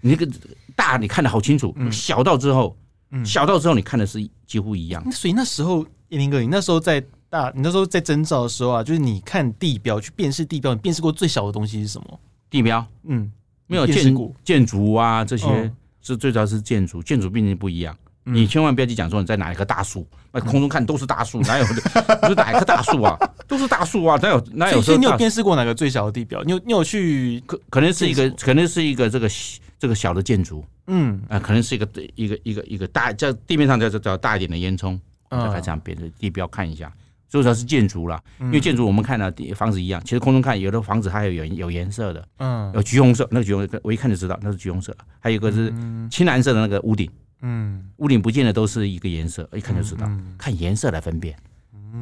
你那个大你看的好清楚，嗯小到之后，嗯小到之后你看的是几乎一样。那所以那时候，叶林哥，你那时候在大，你那时候在征兆的时候啊，就是你看地标去辨识地标，你辨识过最小的东西是什么？地标嗯，没有你辨识建过，建筑啊这些嗯，是最主要是建筑，建筑毕竟不一样。嗯你千万不要去讲说你在哪一棵大树，那空中看都是大树， 哪有不是哪一棵大树啊？都是大树啊，哪有哪所有说以所以你有大辨识过哪个最小的地标？你有你有去可可能是一个建筑可能是一个这个小这个小的建筑嗯啊、呃可能是一个一个一个一个大在地面上叫叫大一点的烟囱，嗯在海上边的地标看一下。所以它是建筑啦，因因为建筑我们看到地房子一样，其实空中看有的房子它有有有颜色的，嗯有橘红色，那个橘红色我一看就知道那是橘红色，还有一个是嗯青蓝色的那个屋顶，嗯，屋顶不见得都是一个颜色，一看就知道，嗯看颜色来分辨。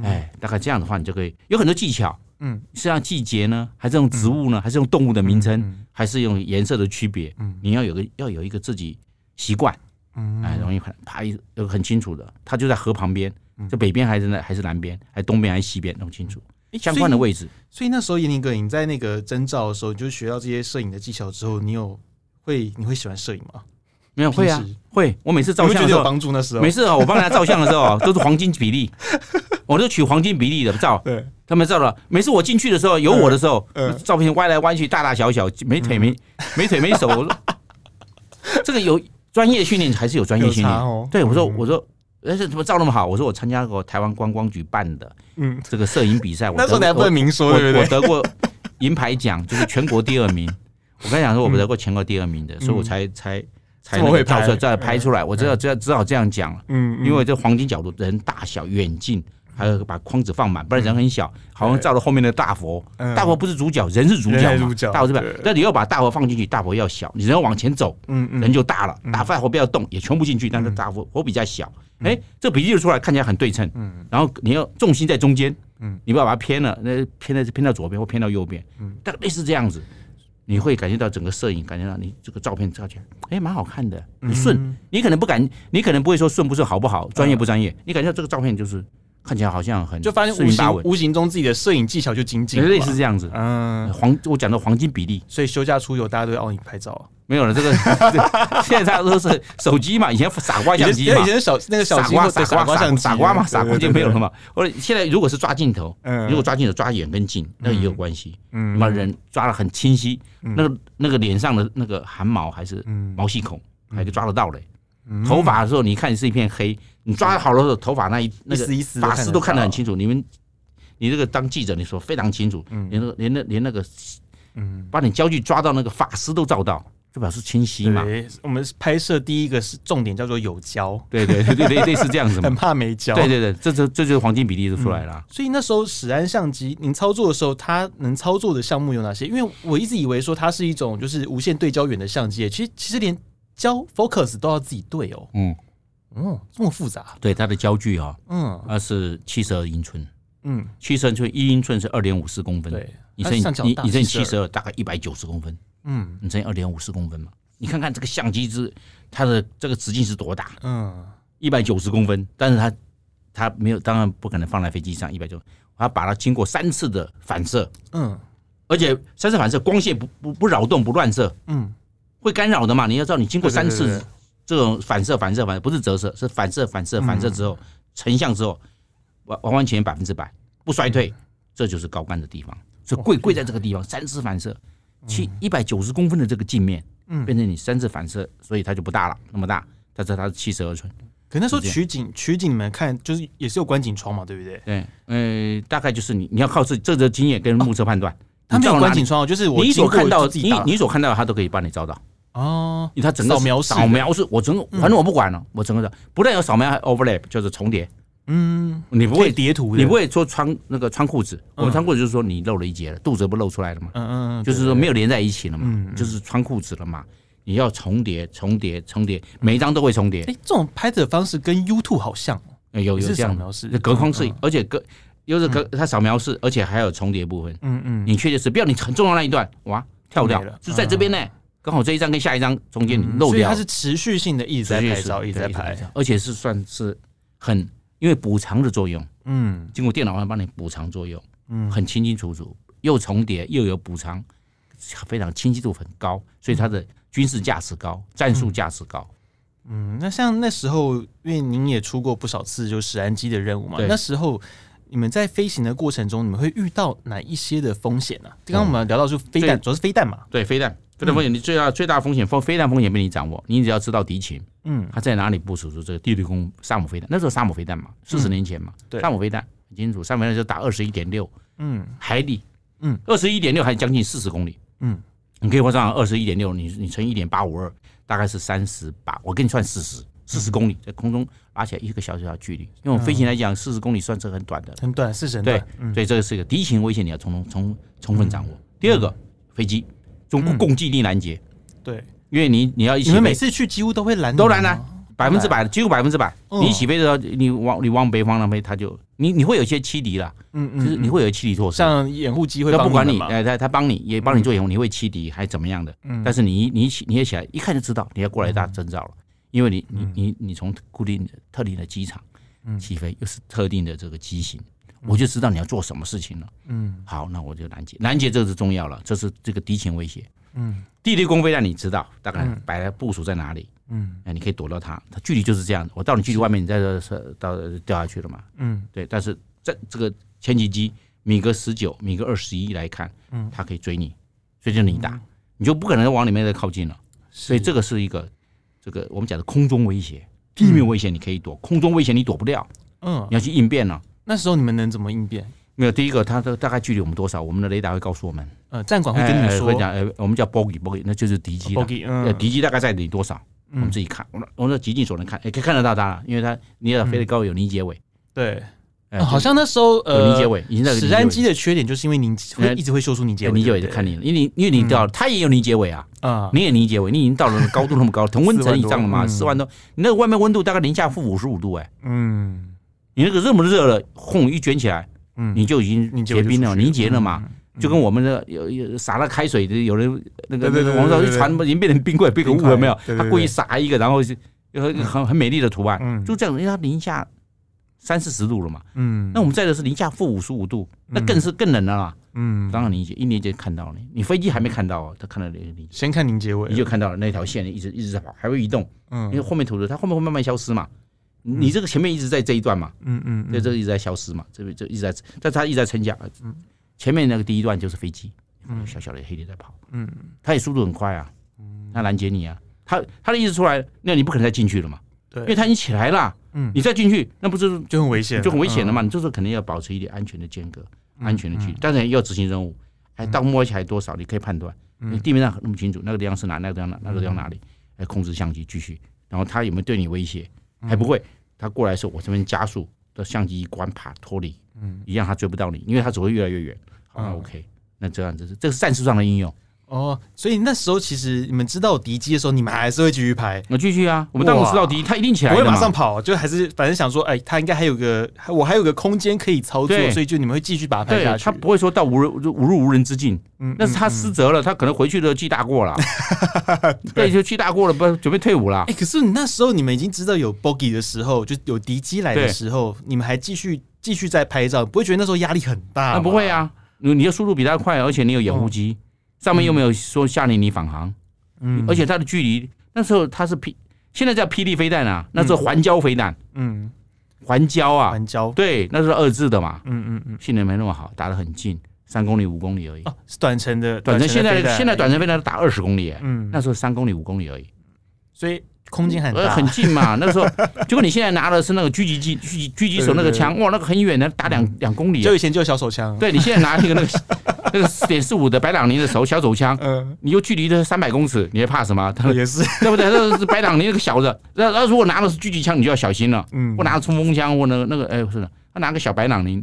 哎，大概这样的话，你就可以有很多技巧。嗯，是让季节呢，还是用植物呢，还是用动物的名称，嗯还是用颜色的区别？嗯你要有个要有一个自己习惯，嗯哎，容易看，啪一有个很清楚的，它就在河旁边嗯，这北边还是南还是南边，还东边还是西边，弄清楚诶相关的所以位置。所以那时候严宁哥，你在那个征兆的时候，你就学到这些摄影的技巧之后，你有会你会喜欢摄影吗？没有会啊平时，会。我每次你照会相的觉得时有候，帮助那时候每？次啊，我帮人家照相的时候啊都是黄金比 例，我都取黄金比例的照。对，他们照了，每次我进去的时候，有我的时候，嗯嗯照片歪来歪去，大大小小，没腿没、没腿没 手。我说这个有专业训练还是有专业有训差练？哦。对，我说嗯我说，而且怎么照那么好？我说我参加过台湾观光局办的嗯，这个摄影比赛，我那时候得你还不能明说，我对不我对？得过银牌奖，就是全国第二名。我跟你讲说，我得过全国第二名的，所以我才才才这么那会个照出来，拍再拍出来。我知道，只好只好这样讲了。嗯因为这黄金角度，人大小远近，还有把框子放满，不然人很嗯小，好像照了后面的大佛。大佛不是主角，人是主角人是嘛主角？大佛是吧对？但你要把大佛放进去，大佛要小，你人要往前走，嗯嗯人就大了。大佛不要动，也全部进去，但是大佛佛比较小。哎，这比例就出来，看起来很对称。嗯然后你要重心在中间，嗯你不要把它偏了，那偏在偏到左边或偏到右边，嗯大概类似这样子，你会感觉到整个摄影感觉到你这个照片照起来，哎，蛮好看的，嗯很顺。你可能不敢，你可能不会说顺不顺、好不好、专业不专业，你感觉到这个照片就是看起来好像很嗯就发现四无平八形稳，无形中自己的摄影技巧就精进了吧，类似这样子。嗯，黄，我讲的黄金比例所以休假出游大家都要奥你拍照啊，没有了，这个 现在大家都是手机嘛，以前傻瓜相以机前嘛以，前小那个小傻机瓜对傻瓜相傻机傻瓜嘛，傻瓜就没有了，对对对嘛。或者现在如果是抓镜头，嗯如果抓镜头抓远跟近，那也有关系。嗯那么人抓的很清晰，那个那个脸上的那个汗毛还是嗯毛细孔，还就抓得到嘞。头发的时候，你看是一片黑，你抓好了时候，头发那一那一个丝一丝发丝都看得很楚，清楚。你们，你这个当记者，你说非常清楚，连那个连那连那个嗯，把你焦距抓到那个发丝都照到，就表示清晰嘛。对，我们拍摄第一个是重点叫做有胶，对对对对对，类似这样子嘛很。怕没胶，嗯对对对，这就这就是黄金比例就出来了。所以那时候史安相机，您操作的时候，它能操作的项目有哪些？因为我一直以为说它是一种就是无线对焦远的相机，其实其实连焦 focus 都要自己对哦。嗯，嗯，这么复杂。对，它的焦距啊、嗯它是七十二英寸，嗯，七十二英寸一英寸是二点五四公分，对，你它乘以像脚你大你乘以72七十二，大概一百九十公分，嗯你乘以二点五四公分嘛。你看看这个相机之它的这个直径是多大，嗯一百九十公分，但是它它没有，当然不可能放在飞机上一百九，它把它经过三次的反射，嗯而且三次反射光线不不不扰动不乱射，嗯，会干扰的嘛。你要知道，你经过对对三对次对这种反射、反射、反射，不是折射，是反射、反射、嗯反射之后成像之后，完完完全百分之百不衰嗯退，这就是高干的地方。所以贵贵在这个地方，三次反射，七一百九十公分的这个镜面，嗯变成你三次反射，所以它就不大了，那么大。它这它是七十二寸，可那时候是这样取景取景，你们看就是也是有观景窗嘛，对不对？对，呃，大概就是你你要靠自己这个经验跟目测判断。它没有你照哪观里景窗哦，就是我你所经过看到就自己你打你所看到的，它都可以帮你照到。哦，因为它整个扫描式的嗯扫描是我整个，反正我不管了，我整个的不但有扫描，还 overlap 就是重叠，嗯，你不不会会叠图的，你不会说穿那个穿裤子，我嗯们穿裤子就是说你露了一截了，肚子不露出来了嘛，嗯，嗯嗯，就是说没有连在一起了嗯嘛嗯，就是穿裤子了嘛，你要重叠重叠重叠，每一张都会重叠哎，，诶这种拍的方式跟 U two 好像哦，呃有也有是这扫样描式的，隔空嗯式，而且隔又是隔它扫描式，而且还有重叠部分，嗯嗯，你确定是不要你很重要那一段哇跳掉没了，嗯就在这边呢，刚好这一张跟下一张中间你漏所以掉它了，是持续性的一直在持续拍是照，一直在对拍。而且是算是很因为补偿的作用，嗯经过电脑化帮你补偿作用，嗯，很清清楚楚，又重叠又有补偿，非常清晰度很高，所以它的军事价值高，战术价值高。嗯，那像那时候，因为您也出过不少次就史安机的任务嘛，对那时候你们在飞行的过程中，你们会遇到哪一些的风险呢、刚刚我们聊到是飞弹，最主要是飞弹嘛，哦对飞弹，飞弹风嗯险你最大最大风险，风飞弹风险被你掌握，你只要知道敌情，嗯它在哪里部署出这个地对空萨姆飞弹，那时候萨姆飞弹嘛，四十年前嘛，对萨姆飞弹很清楚，萨姆飞弹就打二十一点六嗯海里，嗯，二十一点六还将近四十公里，嗯，你可以换算啊二十一点六，你你乘一点八五二，大概是三十八，我给你算四十。四十公里在空中拉起来一个小小的距离，因为我们飞行嗯来讲，四十公里算是很短的了。很短，四十很对短，嗯所以这个是一个敌情危险，你要充充充分掌握。第二个，飞机中共共济力拦截，对，因为你你要一起嗯你们飞每嗯次去几乎都会拦，都拦啊了，百分之百的，几乎百分之百。嗯你一起飞的时候，你往你往北方浪飞，它就你你会有一些欺敌啦，嗯就是你嗯，会有欺敌措施。像掩护机会他帮不管们你，嘛，哎，他他帮你也帮你做掩护，你会欺敌还怎么样的？嗯但是你一你一起你也起来，一看就知道你要过来大征兆了，因为你你你你从固定的特定的机场嗯起飞，又是特定的这个机型，我就知道你要做什么事情了。嗯好，那我就拦截，拦截这是重要了，这是这个敌情威胁。嗯地对空飞弹你知道大概嗯摆在部署在哪里，哎嗯那你可以躲到它，它距离就是这样。我到你距离外面，你再这到掉下去了嘛？嗯对，但是在这个前几机米格十九、米格二十一来看，嗯，它可以追你，所以就你打，嗯你就不可能往里面再靠近了。所以这个是一个这个我们讲的空中威胁，地面危险你可以躲，空中危险你躲不掉，嗯你，要去应变了。那时候你们能怎么应变？没有，第一个，它的大概距离我们多少？我们的雷达会告诉我们，呃，战管会跟你们哎哎说会讲，呃，我们叫 bogey bogey，那就是敌机了。 ，bogey，呃，嗯敌机大概在你多少？我们自己看，我们我们极尽所能看，也哎可以看得到它了，因为它你要飞得高有凝结尾，对，哎呃哦好像那时候有凝呃结，尾，已经在有凝史结安尾机的缺点就是因为凝会呃一直会秀出凝结有尾，凝结尾对就不对嗯看你了，因为你因为你到它也有凝结尾啊，啊，你也凝结尾，你已经到了高度那么高，同温层以上了嘛，四四万多，你那个外面温度大概零下负五十五度，哎，嗯你那个热不热了，轰一卷起来，嗯，你就已经凝结尾结就冰出了，去凝结了嘛。嗯就跟我们的有有撒了开水的，有人那个对对那对个网上对一对传，已经变成冰块，变个冰雾块了没有对对？他对故意撒一个，然后是有很很很美丽的图嗯案，就这样，因为它零下三四十度了嘛。嗯，那我们在的是零下负五十五度，那更是更冷了啦。嗯，刚刚你一一年前看到你，你飞机还没看到啊，他看到你你先看凝结尾，你就看到了那条线一直一直在跑，还会移动，因为嗯后面图的它后面会慢慢消失嘛。你这个前面一直在这一段嘛，嗯嗯，对，这个一直在消失嘛，这边这一直在，但它一直在沉降。前面那个第一段就是飞机，小小的黑点在跑，嗯，它也速度很快啊，它拦截你啊，它它的意思出来，那你不可能再进去了嘛，对因为它已经起来了，嗯你再进去，那不就是就很危险，嗯就很危险了嘛，嘛？你这时候肯定要保持一点安全的间隔，嗯安全的距离，当然要执行任务，哎，到摸起来多少，你可以判断，嗯你地面上那么清楚，那个地方是哪，那个地方哪，那个地方哪里，哎，控制相机继续，然后它有没有对你威胁？嗯还不会，它过来的时候，我这边加速，的相机一关，啪脱离，嗯，一样它追不到你，因为它只会越来越远。好，那嗯 OK，那这样子是这是战术上的应用。哦，所以那时候其实你们知道敌机的时候，你们还是会继续拍。那继续啊，我们当我哇知道敌，它一定起来不会的马上嘛。跑，就还是反正想说，哎，他应该还有个，我还有个空间可以操作，对所以就你们会继续把它拍对下，去。它不会说到无人无入无人之境，嗯，嗯那是他嗯失责了，他可能回去都记大 过了，对，就记大过了，不准备退伍了哎、。可是你那时候你们已经知道有 bogey 的时候，就有敌机来的对时候，你们还继续继续在拍照，不会觉得那时候压力很大那吗？不会啊，你你的速度比他快，而且你有掩护机，上面又没有说下令你返航，嗯，而且它的距离那时候它是霹，现在叫霹雳飞弹啊，那时候环礁飞弹，嗯，环礁啊，环礁，对，那时候二制的嘛，嗯嗯嗯，性能没那么好，打得很近，三公里五公里而已。哦，是短程的，短程现的飞在弹现在，短程飞弹都打二十公里，哎嗯，那时候三公里五公里而已，所以空间很呃大，很近嘛。那 时候，结果你现在拿的是那个狙击机、狙击狙击手那个枪，哇，那个很远的，打两两公里啊就。以嗯前就有小手枪，，对你现在拿一个那 个那个四点四五的白朗尼的手小手枪，嗯、 你又距离的三百公尺，你还怕什 么？他也是，对不对？那是白朗尼那个小的，那那如果拿的是狙击枪，你就要小心了。嗯或，拿个冲锋枪，或那个那个，哎，不是的，他拿个小白朗尼，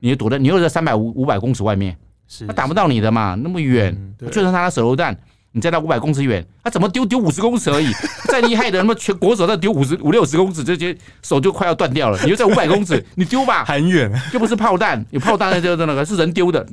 你就躲在，你又在三百五五百公尺外面，嗯是他打不到你的嘛，那么远。嗯对就算他拿手榴弹，你再到五百公尺远，他怎么丢丢五十公尺而已。 再厉害的，他妈全国手再丢五十五六十公尺，这些手就快要断掉了。你就在五百公尺， 你丢吧，很远，啊又不是炮嗯弹，有炮弹在这那个是人丢的，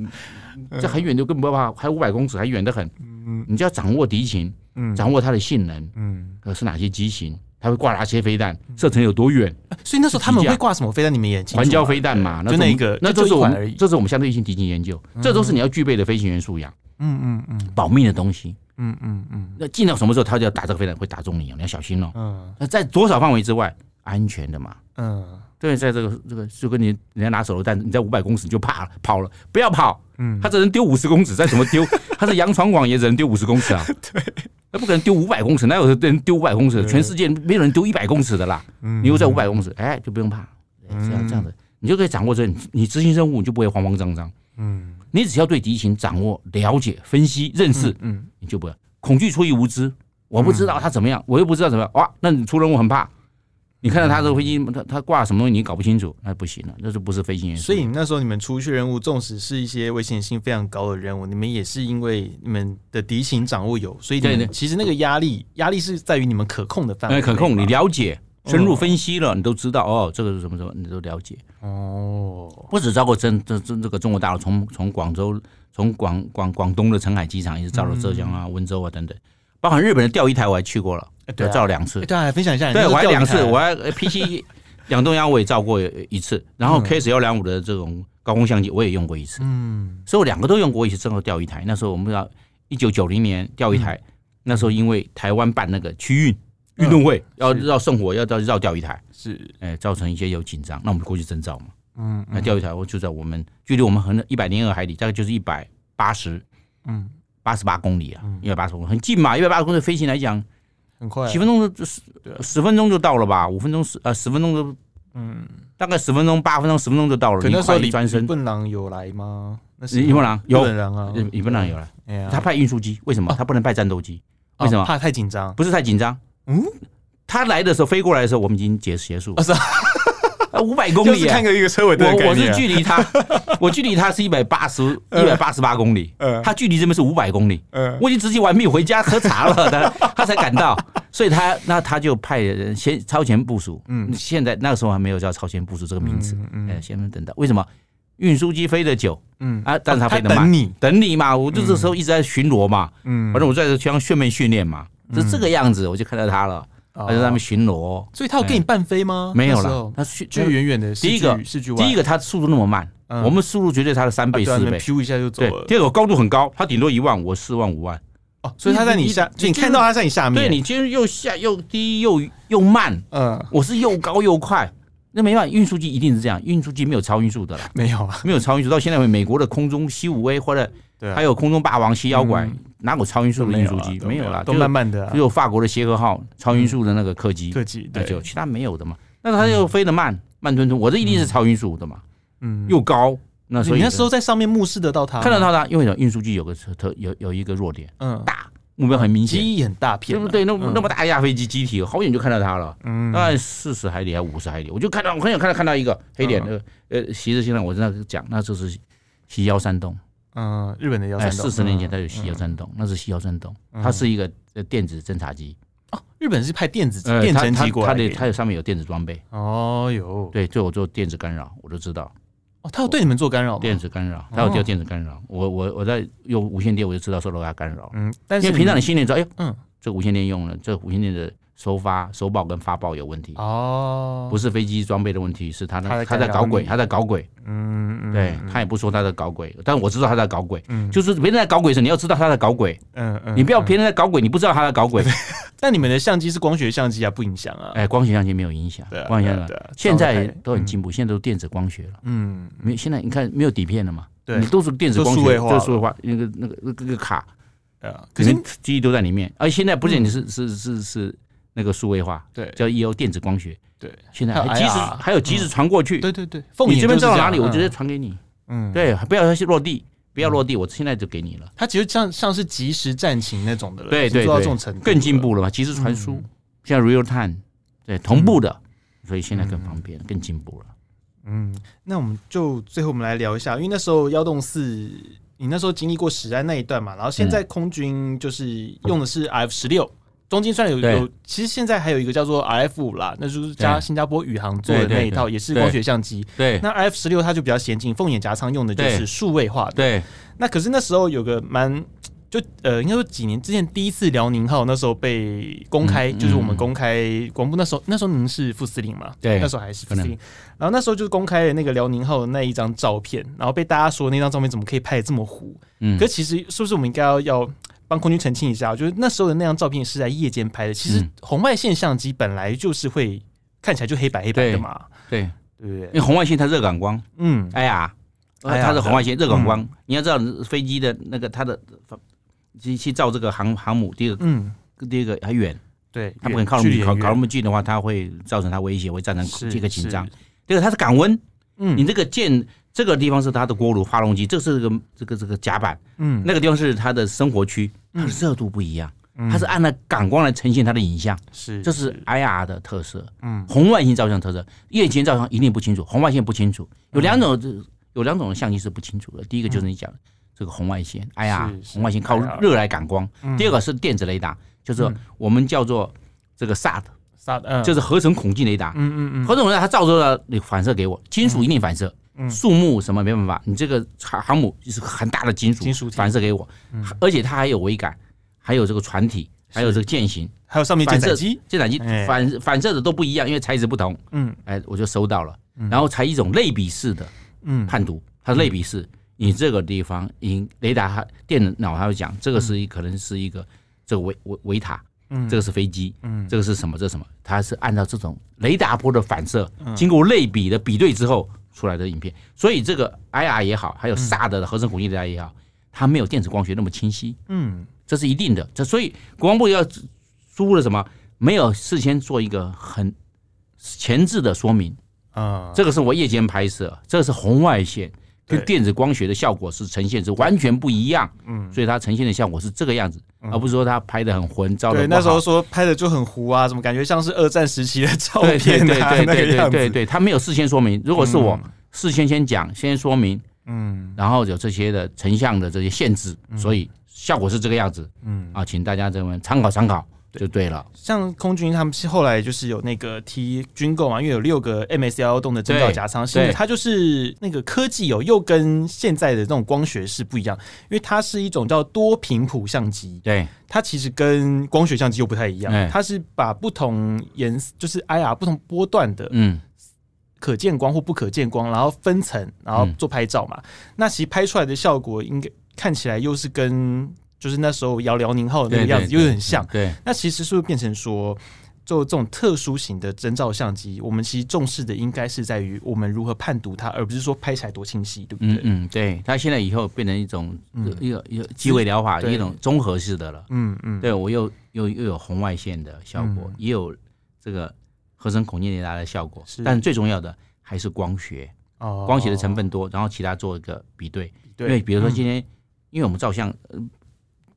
这很远就更不怕，还五百公尺，还远得很。嗯你就要掌握敌情，嗯掌握它的性能，嗯，呃，是哪些机型，它会挂哪些飞弹，射程有多远，所以那时候他们会挂什么飞弹？你们也清楚吗环礁飞弹嘛，啊对就那那一个，那这就是一我款而们已。这是我们相对性敌情研究，这都是你要具备的飞行员素养，嗯嗯嗯保密的东西。嗯嗯嗯那进到什么时候，它就要打这个飞弹，会打中你哦，你要小心哦。嗯那在多少范围之外，安全的嘛。嗯对，在这个这个就跟你人家拿手榴弹，你在五百公尺你就怕了，跑了，不要跑，嗯，他只能丢五十公尺，再怎么 丢，他是洋船网也只能丢五十公尺啊。对，他不可能丢五百公尺，哪有人丢五百公尺？对全世界没有人丢一百公尺的啦。嗯你又在五百公尺，哎，就不用怕，哎这样这样的，你就可以掌握这，你你执行任务你就不会慌慌张张，嗯你只要对敌情掌握、了解、分析、认识，嗯你就不要恐惧出于无知，我不知道他怎么样，我又不知道怎么样，哇，那你出任务很怕。你看到他这个嗯飞机，他他挂什么东西，你搞不清楚，那不行了，那就不是飞行员。所以你们那时候你们出去任务，纵使是一些危险性非常高的任务，你们也是因为你们的敌情掌握有，所以你们对对其实那个压力压力是在于你们哎可控的范围呃，内吧，可控，你了解，嗯深入分析了，你都知道哦，这个是什么什么，你都了解。哦，我只照过真这这这个中国大陆，从从广州，从广广广东的澄海机场，一直照到浙江啊、温州啊等等，包含日本的钓鱼台，我还去过了，对啊照了两次嗯哎，对啊，分享一下，你对那时我候还钓鱼两次，台啊我还哎 PC 两栋幺我也照过一次，然后 K 十幺两五的这种高空相机我也用过一次，嗯所以我两个都用过一次，正好钓鱼台。那时候我们知道，一九九零年钓鱼嗯台，那时候因为台湾办那个区运运动会，要嗯是绕圣火，要绕绕钓鱼台。是哎，造成一些有紧张，那我们过去征召嘛。嗯那钓鱼台就在我们距离我们很一百零二海里，大概就是一百八十嗯八十八公里啊，一百八十公里很近嘛，一百八十公里飞行来讲，很快几分钟就十对十分钟就到了吧，五分钟十呃十分钟就嗯，大概十分钟八分钟十分钟就到了，可你那时快候一李转李身，笨郎有来吗？那时候李笨郎有李笨郎啊，也不能有了，哎呀，他派运输机，为什么哦他不能派战斗机？哦为什么？怕太紧张？不是太紧张，嗯，他来的时候飞过来的时候，我们已经结结束哦，是啊，五 百公就是里啊看。个一个车尾灯的我概我念是啊，距离 他，我距离他是一百八十一百八十八公里，嗯他距离这边是五百公里，嗯我已经执行完毕回家喝茶 了，他他才赶到，所以他那他就派人先超前部署，嗯嗯，现在那个时候还没有叫超前部署这个名词，嗯哎，先等到为什么运输机飞得久嗯啊，但是他他飞得慢等，你，等你嘛，我就这时候一直在巡逻嘛，嗯反正我在这枪训练训练嘛，是这个样子，我就看到他了，他就在那边巡逻，所以他有跟你半飞吗？哎没有哦那时了候，他训就远远的第一个是距外，第一个个他速度那么慢，嗯我们速度绝对他的三倍对啊，四你倍。们咻一下就走对，了第二个高度很高，他顶多一万，我四万五万。哦，所以他在你下，你就你看到他在你下面，对你今天又下又低又又慢，嗯我是又高又快，那没办法，运输机一定是这样，运输机没有超音速的 啦，没有啊，没有超音速。到现在美国的空中 C 五 A 或者对啊嗯还有空中霸王吸妖拐，哪有超音速的运输啊机？都没有啦，都就慢慢的啊只有法国的协和号超音速的那个客机，特技，那嗯对，就其他没有的嘛。那它又飞得慢，慢吞吞，我这一定是超音速的嘛，嗯，又高，那所你以那时候在上面目视得到他吗，看得到它，因为什么运输机有个特特有有一个弱点，嗯，大目标很明显机。翼很大片对啊，不对？那嗯那么大一架飞机，机体好远就看到它了，嗯大概四十海里还五十海里，我就看到，我很想看到看到一个黑点嗯的，呃，其实现在我在那个讲，那就是西幺山洞，嗯，日本的幺哎，三嗯四十年前它有西幺山洞，那是西幺山洞，它是一个呃电子侦察机，哦日本是派电子呃电它侦它机过来它给的你，它有上面有电子装备，哦哟，对，对我做电子干扰，我都知道哦，他有对你们做干扰吗？电子干扰，它有叫电子干扰，我我我在用无线电，我就知道受到它干扰，嗯，但因是为平常你你训练知道，哎呦，嗯嗯，这无线电用了，这无线电的收发、收报跟发报有问题，哦，不是飞机装备的问题，是他他那在干他扰在搞鬼，你他在搞鬼，嗯，嗯，对他也不说他在搞鬼，但我知道他在搞鬼，嗯就是别人在搞鬼时，你要知道他在搞鬼，嗯嗯，你不要嗯别人在搞鬼，你不知道他在搞鬼，但你们的相机是光学相机啊，不影响啊，哎，光学相机没有影响对啊，光学对相啊机对啊现照得在开都很进步，现在都电子光学了，嗯，没现在你看没有底片了嘛，对你都是电子光都数位学，化了都数位化，那个那个那个卡，对啊，可可是是记忆都在里面，而现在不仅仅是是是是那个数位化，对叫 EO 电子光学，对现在还有哎还即时 IR 还有即时传过去，对对对，凤你眼这边就是到样哪里，我直接嗯传给你。嗯，对，不要去落地，不要落地，我现在就给你了。它其实像像是即时战情那种的了，对已经对做到这对种程度，更进，步了嘛，即时传输，嗯现在 real time，对，同步的，所以现在更方便，更进步了。嗯，那我们就最后我们来聊一下，因为那时候幺洞四。你那时候经历过实安那一段嘛，然后现嗯在空军就是用的是 F 十六，中间虽然有对有，其实现在还有一个叫做 F 五啦，那就是加对新加坡宇航做的对对那一套，对也是对光学相机。对那 F 十六它就比较先进，凤眼夹舱用的就对是数位化的。对那可是那时候有个蛮就呃，应该说几年之前第一次辽宁号那时候被公开，嗯就是我嗯们公开广播那时候，那时候您是副司令嘛？对那时候还是副司可令。然后那时候就是公开了那个辽宁号的那一张照片，然后被大家说那张照片怎么可以拍的这么糊？嗯可，其实是不是我们应该要要帮空军澄清一下？就是那时候的那张照片是在夜间拍的，其实嗯红外线相机本来就是会看起来就黑白黑白的对嘛，对，对不因对？为红外线它热感光，嗯，哎呀，哎呀嗯它是红外线热感光，你要知道飞机的那个它的去去照这个航航母，第一个嗯，第一个还远，对，它不肯靠那距么离近，靠很远靠那么近的话，它会造成它威胁，会造成是这个紧张是。第二个它是感温，嗯，你这个舰这个地方是它的锅炉发动机，这是个这个这个甲板，嗯，那个地方是它的生活区，它的热度不一样，嗯它是按照感光来呈现它的影像，是这是 IR 的特色，嗯，红外线照相特色，夜间照相一定不清楚，红外线不清楚，有嗯两种有两种相机是不清楚的，第一个就是你讲的这个红外线 IR，是嗯红外线靠 IR 热来感光，第二个是电子雷达，就是我们叫做这个 SAT，萨嗯就是合成孔径雷达，嗯嗯嗯合成孔径它照射了你反射给我，金属一定反射。树木什么没办法，你这个航航母是很大的金属，金属体嗯反射给我，而且它还有桅杆，还有这个船体，还有这个舰型，还有上面反舰射载机，舰载机哎反反射的都不一样，因为材质不同。嗯哎，我就收到了，然后才一种类比式的嗯，判读，它是类比式，你这个地方，你雷达它电脑它会讲，这个是一可能是一个这个维维维塔，嗯这个是飞机，嗯这个是什么？这是什么？它是按照这种雷达波的反射，嗯经过类比的比对之后出来的影片。所以这个 IR 也好，嗯还有 SAR 的合成孔径雷达也好，它没有电子光学那么清晰，嗯这是一定的。这所以国防部要出了什么？没有事先做一个很前置的说明。啊，这个是我夜间拍摄，这是红外线，对跟电子光学的效果是呈现是完全不一样，嗯，所以它呈现的效果是这个样子，而不是说它拍的很混，照的对，不那好。时候说拍的就很糊啊，怎么感觉像是二战时期的 照对对片对啊，对那个对样对对子，对，他没有事先说明。如果是我嗯事先先讲，先说明，嗯然后有这些的成像的这些限制，所以效果是这个样子嗯，啊，请大家这么参考参考就对了。像空军他们是后来就是有那个提军购嘛，因为有六个 MSL 动的征兆夹对舱，新的对它就是那个科技有、又跟现在的这种光学是不一样，因为它是一种叫多频谱相机，对它其实跟光学相机又不太一样，哎它是把不同颜色就是 IR 不同波段的嗯，可见光或不可见光，然后分层，然后做拍照嗯嘛。那其实拍出来的效果应该看起来又是跟就是那时候摇辽宁号的那个样子对对又有点像。对那其实是不是变成说，就这种特殊型的征兆相机，我们其实重视的应该是在于我们如何判读它，而不是说拍起来多清晰，对不嗯对？嗯，对，他现在以后变成一种嗯一个一个机位疗法，对一种综合式的了。嗯嗯，对我又又又有红外线的效果嗯，也有这个合成孔径雷达的效果是，但最重要的还是光学，哦光学的成分多，然后其他做一个比对。对，因为比如说嗯今天，因为我们照相，呃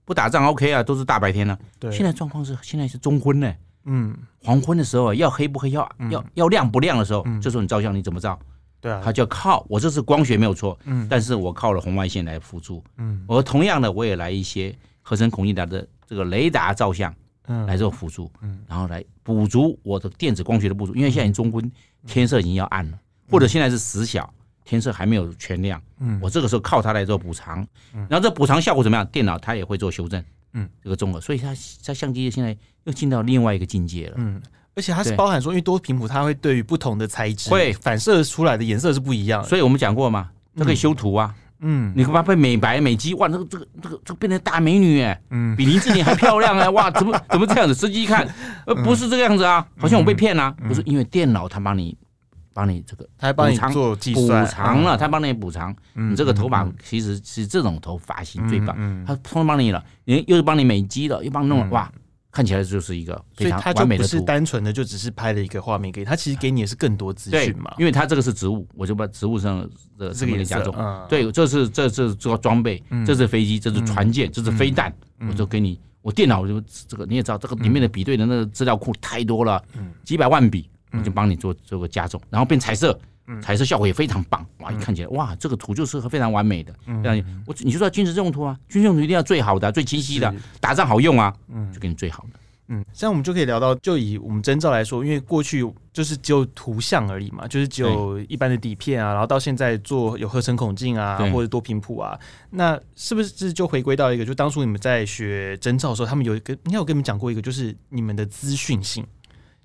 不打仗 OK 啊，都是大白天呢、对，现在状况是现在是中昏呢、嗯，黄昏的时候啊要黑不黑，要、要要亮不亮的时候，嗯这时候你照相你怎么照？对啊它，就靠我这是光学没有错，嗯但是我靠了红外线来辅助。嗯我同样的我也来一些合成孔径达的这个雷达照相嗯来做辅助，嗯然后来补足我的电子光学的不足，因为现在中昏嗯天色已经要暗了，或者现在是时小，天色还没有全亮。嗯我这个时候靠它来做补偿，然后这补偿效果怎么样？电脑它也会做修正，嗯，这个综合，所以它它相机现在又进到另外一个境界了。嗯。而且它是对包含说，因为多频谱它会对于不同的材质会反射出来的颜色是不一样的，所以我们讲过嘛，它可以修图啊，嗯你干嘛被美白美肌哇，这个这个这个这个变成大美女哎，嗯比林志玲还漂亮 哎，哇，怎么怎么这样子？实际一看，呃，嗯不是这个样子啊，好像我被骗啦、不是因为电脑它帮你帮你这个他还帮你补偿做计补算偿，了，它帮你补偿，嗯你这个头发其实是这种头发型最棒。嗯他通通帮你了，你又是帮你美肌了，又帮你弄了，哇，看起来就是一个所非以常他就完美不的是图。单纯的就只是拍了一个画面给你，他其实给你的是更多资对讯嘛，，因为它这个是植物，我就把植物上的成这个分给颜加色重。，嗯，对，这是这是这个装备，这是飞机，这是船舰，这是飞弹，我就给你。我电脑就这个你也知道，这个里面的比对的那个资料库太多了，几百万笔，我就帮你做做个加重，然后变彩色，彩色效果也非常棒，哇！一看起来，哇，这个图就是非常完美的。这样我你就说军事用途啊，军事用途一定要最好的啊、最清晰的啊，打仗好用啊，就给你最好的。嗯，这样我们就可以聊到，就以我们征兆来说，因为过去就是只有图像而已嘛，就是只有一般的底片啊，然后到现在做有合成孔径啊对，或者多频谱啊，那是不是就回归到一个，就当初你们在学征兆的时候，他们有一个，应该有跟你们讲过一个，就是你们的资讯性，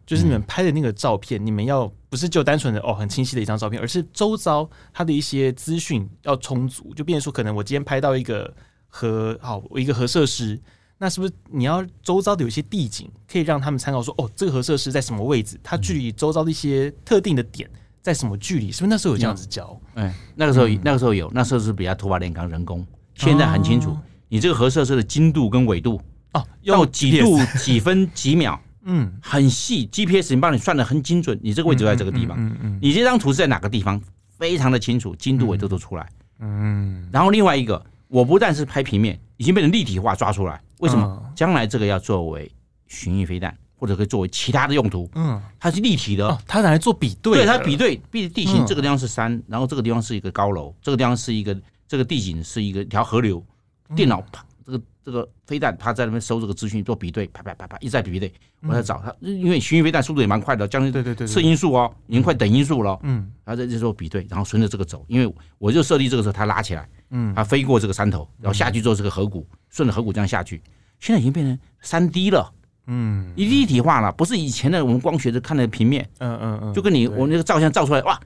就是你们拍的那个照片，你们要不是就单纯的哦很清晰的一张照片，而是周遭它的一些资讯要充足，就变成说，可能我今天拍到一个和好我一个核设施，那是不是你要周遭的有一些地景，可以让他们参考说，哦，这个核设施在什么位置，它距离周遭的一些特定的点在什么距离，是不是那时候有这样子教？哎，那个时候、那个时候有，那时候是比较土法炼钢人工，现在很清楚，哦你这个核设施的精度跟纬度哦，用到几 GPS 度、几分、几秒， 嗯，很细，GPS 已经帮你算的很精准，你这个位置就在这个地方，嗯嗯嗯你这张图是在哪个地方，非常的清楚，精度纬度都出来。嗯，然后另外一个，我不但是拍平面，已经被成立体化抓出来，为什么？么？将来这个要作为巡弋飞弹，或者可以作为其他的用途，嗯，它是立体的。哦，他拿来做比对对的，它比对，比地形嗯这个地方是山，然后这个地方是一个高楼，这个地方是一个这个地景是一个一条河流，嗯电脑啪这个这个飞弹它在那边收这个资讯做比对，啪啪啪啪一再比对，我在找它，因为巡弋飞弹速度也蛮快的，将近嗯对对对，次对音速哦，已经快等音速了哦，嗯然后在这做比对，然后顺着这个走，因为我就设定这个时候它拉起来，嗯，它飞过这个山头，然后下去之后是个河谷，顺着河谷这样下去，现在已经变成三 D 了，嗯一立体化了，不是以前的我们光学的看的平面，嗯嗯嗯，就跟你对我那个照相照出来，哇，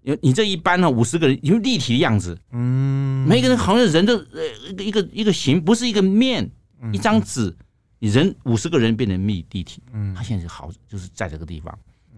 你你这一班呢五十个人，有立体的样子，嗯每个人好像人的呃一个一个一个形，不是一个面，一张纸，你人五十个人变成立立体，嗯他现在是好就是在这个地方，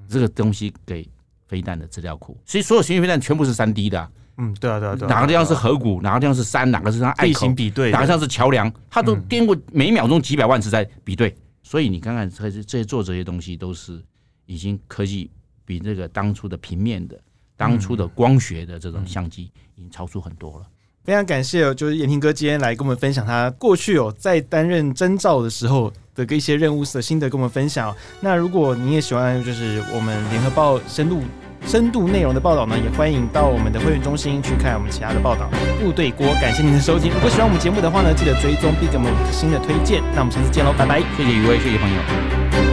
这个东西给飞弹的资料库，所以所有巡弋飞弹全部是三 D 的啊、嗯，对啊对啊对啊，哪个地方是对啊河谷，哪个地方是山，哪个是它隘地口形，比对的，哪个地方是桥梁，他都嗯经过每秒钟几百万次在比对，所以你看看这些这些做这些东西都是已经科技比那个当初的平面的、当初的光学的这种相机已经超出很多了。非常感谢，就是延廷哥今天来跟我们分享他过去有在担任征兆的时候的一些任务的心得跟我们分享哦。那如果你也喜欢，就是我们联合报深度。深度内容的报道呢，也欢迎到我们的会员中心去看我们其他的报道。部队锅，感谢您的收听。如果喜欢我们节目的话呢，记得追踪并给我们新的推荐。那我们下次见喽，拜拜。谢谢余威，谢谢朋友。